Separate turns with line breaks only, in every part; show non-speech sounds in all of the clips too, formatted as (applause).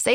Say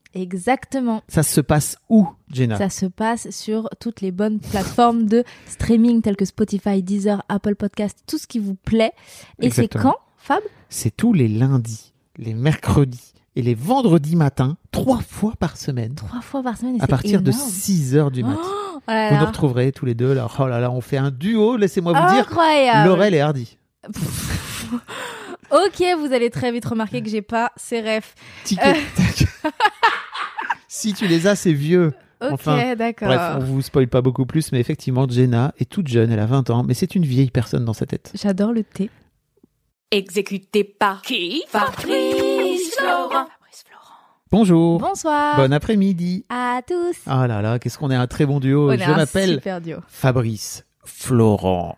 Exactement.
Ça se passe où, Jenna
Ça se passe sur toutes les bonnes plateformes de streaming telles que Spotify, Deezer, Apple Podcast, tout ce qui vous plaît. Et c'est
Exactement.
quand, Fab
C'est tous les lundis, les mercredis et les vendredis matins, trois fois par semaine.
Trois fois par semaine. et
À
c'est
partir de
énorme.
6 heures du matin.
Oh là
vous nous
là.
retrouverez tous les deux. Là. Oh là là, on fait un duo, laissez-moi vous dire.
Oh, Incroyable.
Laurel et Hardy.
Pff. ok, vous allez très vite remarquer que j'ai pas ces refs.
Ticket. (laughs) si tu les as, c'est vieux.
Ok,
Enfin,
d'accord.
Bref, on vous spoil pas beaucoup plus, mais effectivement, Jenna est toute jeune, elle a 20 ans, mais c'est une vieille personne dans sa tête.
J'adore le thé.
Exécuté par qui Fabrice Florent.
Bonjour,
Bonsoir.
bon après-midi.
À tous.
Oh, Ah là là, qu'est-ce qu'on est un très bon duo.
On est
Je
un
m'appelle
Super duo.
Fabrice Florent.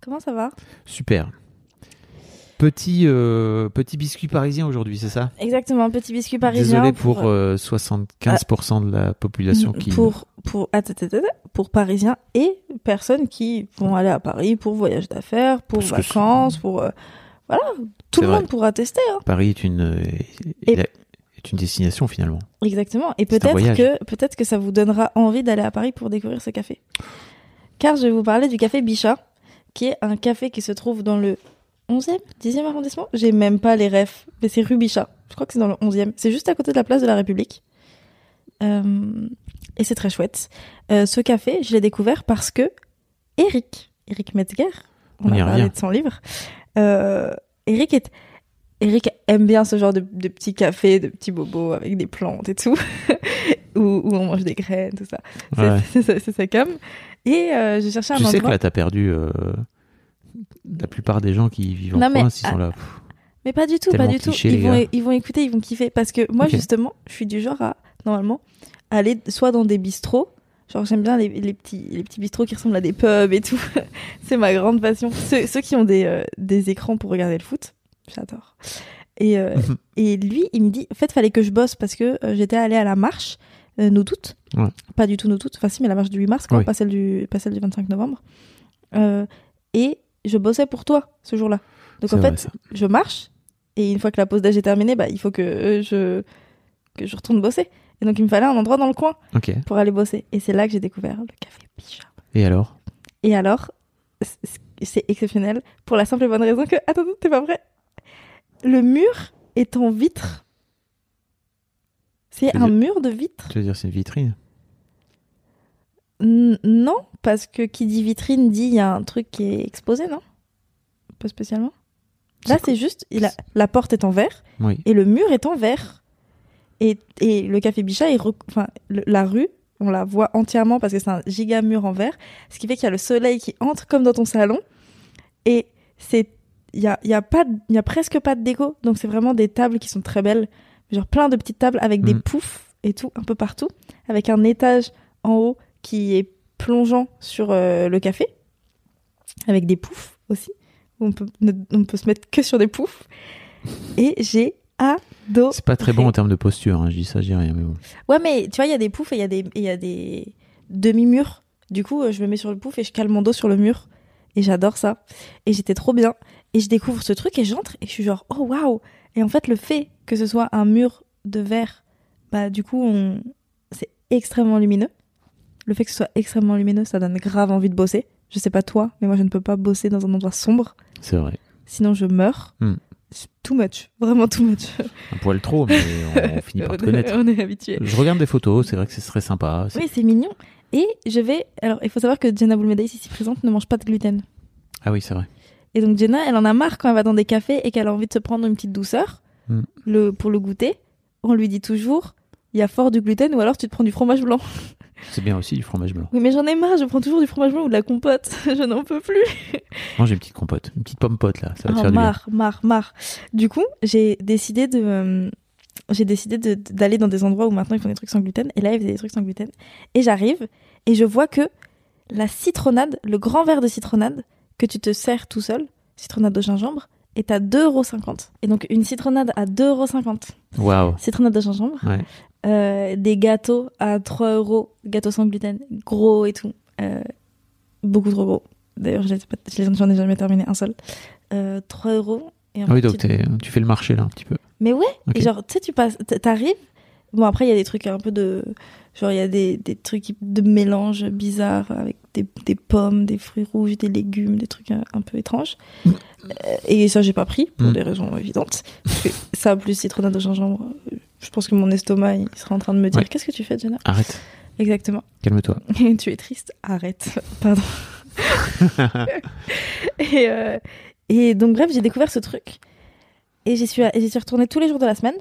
Comment ça va
Super. Petit, euh, petit biscuit parisien aujourd'hui, c'est ça
Exactement, petit biscuit
Désolé pour euh, 75% de la population qui...
pour pour attends, attends, attends, pour parisiens et personnes qui vont aller à Paris pour voyage d'affaires, pour
Parce que c'est-
vacances, pour euh, voilà,
C'est
tout le
vrai.
monde pourra tester. hein.
Paris est une, euh,
Et-
est- est une destination finalement.
Exactement. Et
C'est un
peut-être
voyage.
que peut-être que ça vous donnera envie d'aller à Paris pour découvrir ce café. Car je vais vous parler du café Bichat, qui est un café qui se trouve dans le 11e, 10e arrondissement. J'ai même pas les refs, mais c'est rue Bichat. Je crois que c'est dans le 11e. C'est juste à côté de la place de la République. Euh, et c'est très chouette. Euh, ce café, je l'ai découvert parce que Eric, Eric Metzger, on,
On y
a parlé
revient.
de son livre. Euh, Eric est Eric aime bien ce genre de, de petits cafés, de petits bobos avec des plantes et tout, (laughs) où, où on mange des graines, tout ça. C'est-
Ouais.
(laughs) C'est ça- c'est ça comme. Et euh, je cherchais un
Tu sais que
endroit-
là, t'as perdu euh, la plupart des gens qui vivent en
Non, mais-
province, ils sont
ah,
là. pff,
Mais pas du tout, pas
Tellement
du tout.
cliché,
Ils
les
vont,
gars.
ils vont écouter, ils vont kiffer. Parce que moi,
Ok.
justement, je suis du genre à, normalement, aller soit dans des bistrots, genre j'aime bien les, les petits, les petits bistrots qui ressemblent à des pubs et tout. (laughs) C'est ma grande passion. Ceux, ceux qui ont des, euh, des écrans pour regarder le foot, j'adore. Et, euh,
Mhm.
et lui, il me dit, en fait, fallait que je bosse parce que euh, j'étais allée à la marche, euh, nous toutes.
Ouais.
Pas du tout nous toutes, enfin si, mais la marche du 8 mars, quoi,
Oui.
pas, celle du, pas celle du 25 novembre. Euh, et je bossais pour toi ce jour-là. Donc
c'est
en
vrai,
fait,
ça.
je marche et une fois que la pause d'âge est terminée, bah, il faut que euh, je que je retourne bosser. Et donc il me fallait un endroit dans le coin
Ok.
pour aller bosser. Et c'est là que j'ai découvert le café Bichat.
Et alors
Et alors, c'est- c'est exceptionnel pour la simple et bonne raison que. Attends, attends, t'es pas vrai Le mur est en vitre. C'est
Et
un
le-
mur de vitre
Tu veux dire, c'est une vitrine
N- Non, parce que qui dit vitrine dit il y a un truc qui est exposé, non Pas spécialement. Là,
C'est
c'est juste, il a- la porte est en verre
Oui.
et le mur est en verre. Et, et le café Bichat, est rec- enfin, le- la rue, on la voit entièrement parce que c'est un giga mur en verre, ce qui fait qu'il y a le soleil qui entre comme dans ton salon. Et c'est, il y a, il y a pas, de- il y a presque pas de déco, donc c'est vraiment des tables qui sont très belles, genre plein de petites tables avec des
Mm.
poufs et tout un peu partout, avec un étage en haut qui est plongeant sur euh, le café, avec des poufs aussi. où On peut, ne- on peut se mettre que sur des poufs. Et j'ai adoré.
C'est pas très bon en termes de posture, hein. je dis ça, je dis rien, mais bon.
Ouais, mais tu vois, il y a des poufs et il y a des, et il y a des demi-murs. Du coup, euh, je me mets sur le pouf et je cale mon dos sur le mur. Et j'adore ça. Et j'étais trop bien. Et je découvre ce truc et j'entre et je suis genre, oh waouh! Et en fait, le fait que ce soit un mur de verre, bah du coup, on... c'est extrêmement lumineux. Le fait que ce soit extrêmement lumineux, ça donne grave envie de bosser. Je sais pas toi, mais moi je ne peux pas bosser dans un endroit sombre,
C'est vrai.
sinon je meurs.
Hmm.
C'est Too much, vraiment too much.
Un poil trop, mais
(laughs)
on, on finit par te connaître.
on est habitué.
Je regarde des photos, c'est vrai que ce serait sympa. c'est-
Oui, c'est mignon. Et je vais. Alors, il faut savoir que Jenna Boulmeda, ici si présente, ne mange pas de gluten.
Ah oui, c'est vrai.
Et donc, Jenna, elle en a marre quand elle va dans des cafés et qu'elle a envie de se prendre une petite douceur
Mm.
le, pour le goûter. On lui dit toujours il y a fort du gluten ou alors tu te prends du fromage blanc.
C'est bien aussi du fromage blanc.
Oui, mais j'en ai marre, je prends toujours du fromage blanc ou de la compote. (laughs) je n'en peux plus.
Mange une petite compote, une petite pomme pote là, ça va te
Oh,
faire du bien.
marre, marre, marre. Du coup, j'ai décidé de. euh, j'ai décidé de- d'aller dans des endroits où maintenant ils font des trucs sans gluten. Et là, ils faisaient des trucs sans gluten. Et j'arrive et je vois que la citronnade, le grand verre de citronnade que tu te sers tout seul, citronnade au gingembre, est à 2,50€. Et donc, une citronnade à 2,50€,
Waouh.
citronnade de gingembre,
Ouais.
euh, des gâteaux à 3€, gâteaux sans gluten, gros et tout. euh, beaucoup trop gros. D'ailleurs, je les ai pas- je les- j'en ai jamais terminé un seul. Euh, 3 euros. Et en
Ah oui,
fait,
donc
tu-
t'es- tu fais le marché là un petit peu.
Mais ouais,
Ok.
et genre, tu sais, tu passes, t- t'arrives. Bon, après, il y a des trucs un peu de. Genre, il y a des, des trucs de mélange bizarre avec des, des pommes, des fruits rouges, des légumes, des trucs un, un peu étranges. Euh, et ça, j'ai pas pris, pour
Mm.
des raisons évidentes. Parce que ça, plus citronnade au gingembre, euh, je pense que mon estomac, il sera en train de me dire
Ouais.
Qu'est-ce que tu fais, Jenna
Arrête,
Exactement.
calme-toi.
tu es triste, arrête. Pardon. et, euh, et donc, bref, j'ai découvert ce truc. Et j'y suis, et j'y suis retournée tous les jours de la semaine.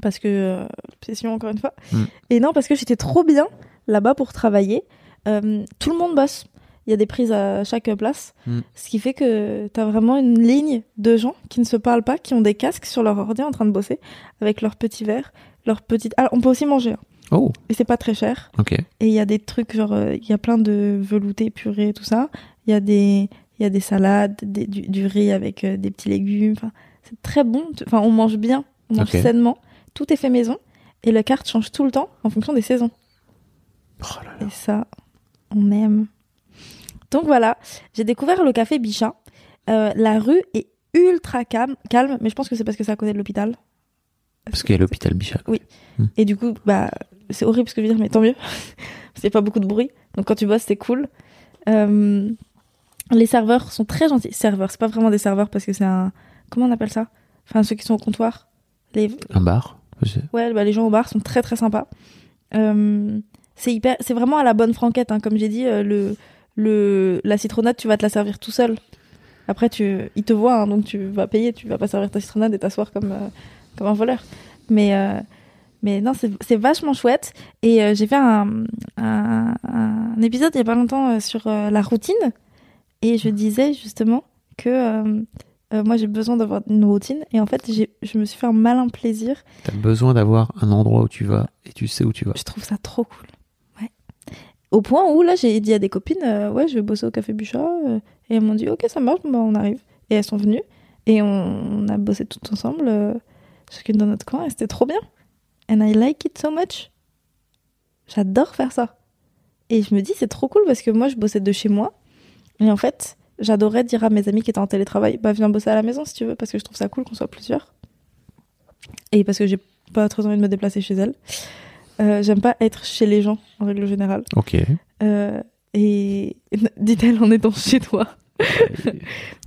Parce que. euh, obsession, encore une fois.
Mm.
Et non, parce que j'étais trop bien là-bas pour travailler. Euh, tout le monde bosse. Il y a des prises à chaque place.
Mm.
Ce qui fait que t'as vraiment une ligne de gens qui ne se parlent pas, qui ont des casques sur leur ordi en train de bosser, avec leur petit verre, leur petite. Ah, on peut aussi manger. hein.
Oh,
Et c'est pas très cher.
ok.
Et il y a des trucs, genre, euh, il y a plein de veloutés, purées, tout ça. Il y a des, il y a des salades, des- du, du riz avec euh, des petits légumes. Enfin, c'est très bon. Tu- Enfin, on mange bien, on mange
Ok.
sainement. Tout est fait maison. Et la carte change tout le temps en fonction des saisons.
Oh là là.
Et ça, on aime. Donc voilà, j'ai découvert le café Bichat. Euh, la rue est ultra calme, calme, mais je pense que c'est parce que c'est à côté de l'hôpital.
Parce qu'il y a l'hôpital Bichat.
Et du coup, bah, c'est horrible ce que je veux dire, mais tant mieux. (laughs) Parce qu'il n'y a pas beaucoup de bruit. Donc quand tu bosses, c'est cool. Euh, les serveurs sont très gentils. Serveurs, c'est pas vraiment des serveurs parce que c'est un. Comment on appelle ça Enfin, ceux qui sont au comptoir. Les...
Un bar. Je-
Ouais, bah, les gens au bar sont très très sympas. Euh, c'est hyper... c'est vraiment à la bonne franquette. hein. Comme j'ai dit, euh, le... Le... la citronnade, tu vas te la servir tout seul. Après, tu... ils te voient, hein, donc tu vas payer. Tu vas pas servir ta citronnade et t'asseoir comme, euh, comme un voleur. Mais, euh, mais non, c'est c'est vachement chouette. Et euh, j'ai fait un, un, un épisode il y a pas longtemps euh, sur euh, la routine. Et je disais justement que euh, euh, moi, j'ai besoin d'avoir une routine. Et en fait, j'ai- je me suis fait un malin plaisir
T'as besoin d'avoir un endroit où tu vas et tu sais où tu vas.
je trouve ça trop cool. Ouais. Au point où là, j'ai dit à des copines, euh, ouais, je vais bosser au café Buchat. euh, et elles m'ont dit, ok, ça marche, bah, on arrive. Et elles sont venues. Et on, on a bossé toutes ensemble, euh, chacune dans notre coin. Et c'était trop bien. And I like it so much. J'adore faire ça. Et je me dis, c'est trop cool parce que moi, je bossais de chez moi. Et en fait, j'adorais dire à mes amis qui étaient en télétravail, bah viens bosser à la maison si tu veux, parce que je trouve ça cool qu'on soit plusieurs. Et parce que j'ai pas très envie de me (laughs) déplacer chez elles. Euh, j'aime pas être chez les gens en règle générale.
Ok.
Euh, Et (laughs) dit-elle en étant chez toi.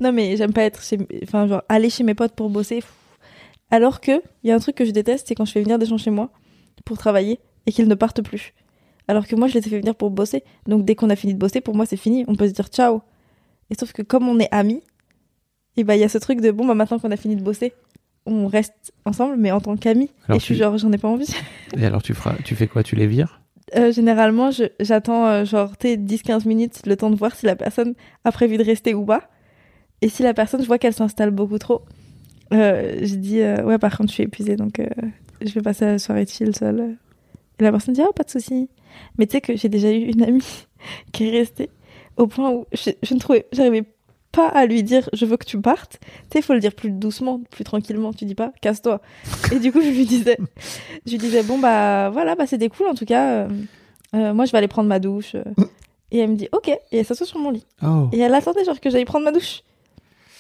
non, mais j'aime pas être chez. Enfin, genre, aller chez mes potes pour bosser. pff. Alors que, il y a un truc que je déteste, c'est quand je fais venir des gens chez moi pour travailler et qu'ils ne partent plus. Alors que moi, je les ai fait venir pour bosser. Donc, dès qu'on a fini de bosser, pour moi, c'est fini. On peut se dire ciao. Et sauf que, comme on est amis, et bah, il y a ce truc de bon, bah, maintenant qu'on a fini de bosser, on reste ensemble, mais en tant qu'amis. Et
Alors,
je suis
tu-
genre, j'en ai pas envie.
Et alors, tu, feras, tu fais quoi Tu les vires
Euh, généralement, je- j'attends euh, genre t'es 10-15 minutes le temps de voir si la personne a prévu de rester ou pas. Et si la personne, je vois qu'elle s'installe beaucoup trop, euh, je dis euh, ouais, par contre, je suis épuisée donc euh, je vais passer la soirée chill seule. euh. Et la personne dit oh, pas de souci. Mais tu sais que j'ai déjà eu une amie (laughs) qui est restée au point où je, je ne trouvais, j'arrivais pas à lui dire je veux que tu partes. Tu sais, faut le dire plus doucement, plus tranquillement. Tu dis pas casse-toi. Et du coup, je lui disais, je lui disais bon bah voilà, bah c'était cool en tout cas. euh, euh, moi je vais aller prendre ma douche. euh. Et elle me dit ok. Et elle s'assoit sur mon lit.
Oh
Et elle attendait genre que j'aille prendre ma douche.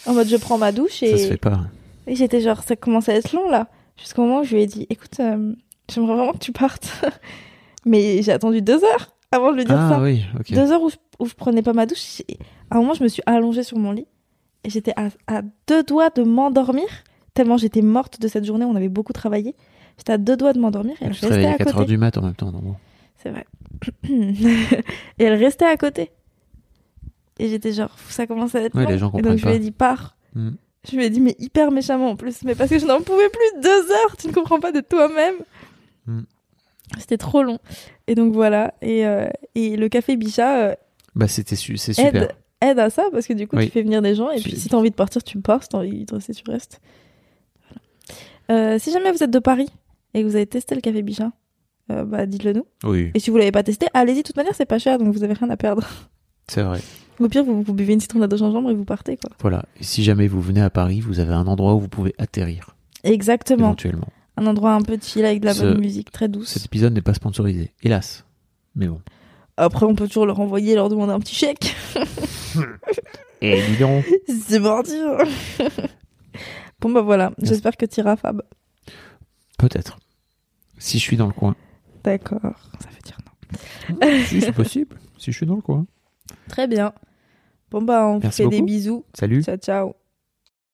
En mode je prends ma douche
Ça se
et,
fait pas.
et j'étais genre ça commence à être long là. Jusqu'au moment où je lui ai dit écoute, euh, j'aimerais vraiment que tu partes. (laughs) Mais j'ai attendu deux heures avant de lui dire ça.
Ah oui, ok.
Deux heures où je, où je prenais pas ma douche. j'ai- À un moment, je me suis allongée sur mon lit et j'étais à, à deux doigts de m'endormir. Tellement j'étais morte de cette journée, on avait beaucoup travaillé. J'étais à deux doigts de m'endormir et elle
Ah, Tu te
restait
réveilles à
à
4h
côté.
du mat en même temps. donc bon.
C'est vrai. (laughs) et elle restait à côté. Et j'étais genre, ça commence à être.
Ouais,
long.
les gens
et
comprennent
donc je lui ai
pas.
dit, pars.
Mm.
Je lui ai dit, mais hyper méchamment en plus, mais parce que je n'en pouvais plus deux heures, tu ne comprends pas de toi-même.
Mm.
C'était trop long. Et donc voilà. Et, euh, et le café Bichat euh,
Bah, c'était su- c'est super.
Aide. aide à ça parce que du coup,
Oui.
tu fais venir des gens et
Tu-
puis si t'as envie de partir, tu pars. Si t'as envie de rester, tu restes. Voilà. Euh, si jamais vous êtes de Paris et que vous avez testé le café Bichat, euh, bah dites-le nous.
Oui,
Et si vous l'avez pas testé, allez-y. De toute manière, c'est pas cher, donc vous avez rien à perdre. (laughs)
c'est vrai.
Au pire, vous, vous buvez une citronnade de gingembre et vous partez, quoi.
Voilà. Et si jamais vous venez à Paris, vous avez un endroit où vous pouvez atterrir,
Exactement.
éventuellement.
Un endroit un peu chill avec de la bonne
Ce-
musique très douce.
Cet épisode n'est pas sponsorisé, hélas. Mais bon.
Après, on peut toujours leur envoyer, leur demander un petit chèque. (laughs)
Et Eh, dis donc.
c'est mordu. (laughs) bon, bah voilà. J'espère que t'iras, Fab.
(laughs) Peut-être. Si je suis dans le coin.
D'accord. Ça veut dire non.
si c'est possible. Si je suis dans le coin.
Très bien. Bon, bah, on vous
Merci
fait des
beaucoup.
bisous.
Salut.
Ciao, ciao.